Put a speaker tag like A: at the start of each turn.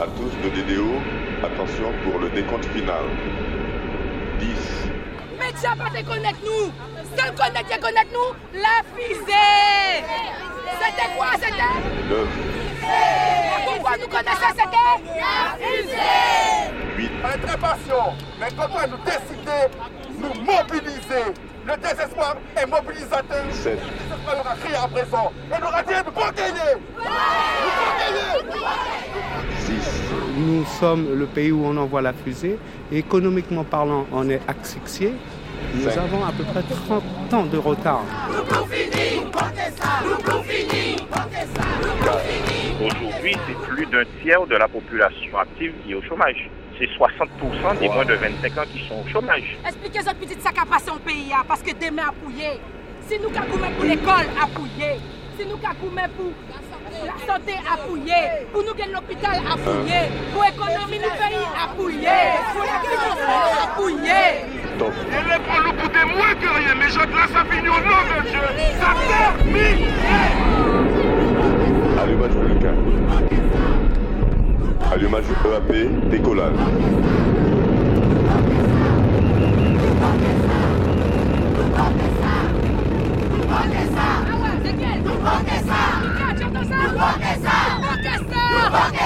A: À tous de DDO, attention pour le décompte final. 10,
B: Mais tiens, pas déconnecte nous Seul connecte qui connecte nous, la fusée C'était quoi, c'était
A: 9,
B: Pourquoi nous connaissons, c'était La fusée
A: 8,
C: On est très patient, mais quand on nous décider, nous mobiliser. Le désespoir est mobilisateur.
A: 7,
C: On aura crié à présent. On aura dit nous faut gagner. Nous faut gagner.
A: 6,
D: Nous sommes le pays où on envoie la fusée. Et économiquement parlant, on est asphyxié. Nous
A: Cinq.
D: avons à peu près 30 ans de retard.
A: 4,
E: Aujourd'hui, c'est plus d'un tiers de la population active qui est au chômage. C'est 60% des
A: Wow.
E: moins de 25 ans qui sont au chômage.
B: Expliquez cette petite sac à passer en pays, hein, parce que demain, à pouiller. Si nous cacoumons pour l'école, à pouiller. Si nous cacoumons pour la santé, à pouiller. Pour nous gagner l'hôpital, à pouiller. Pour l'économie du pays, à pouiller. Pour la finance, à pouiller.
A: top. Allumage vulcain. Allumage EAP, E décollage.
B: Ah ouais, c'est quel? Nous votez ça! Nous votez ça! Nous votez ça! Nous votez ça!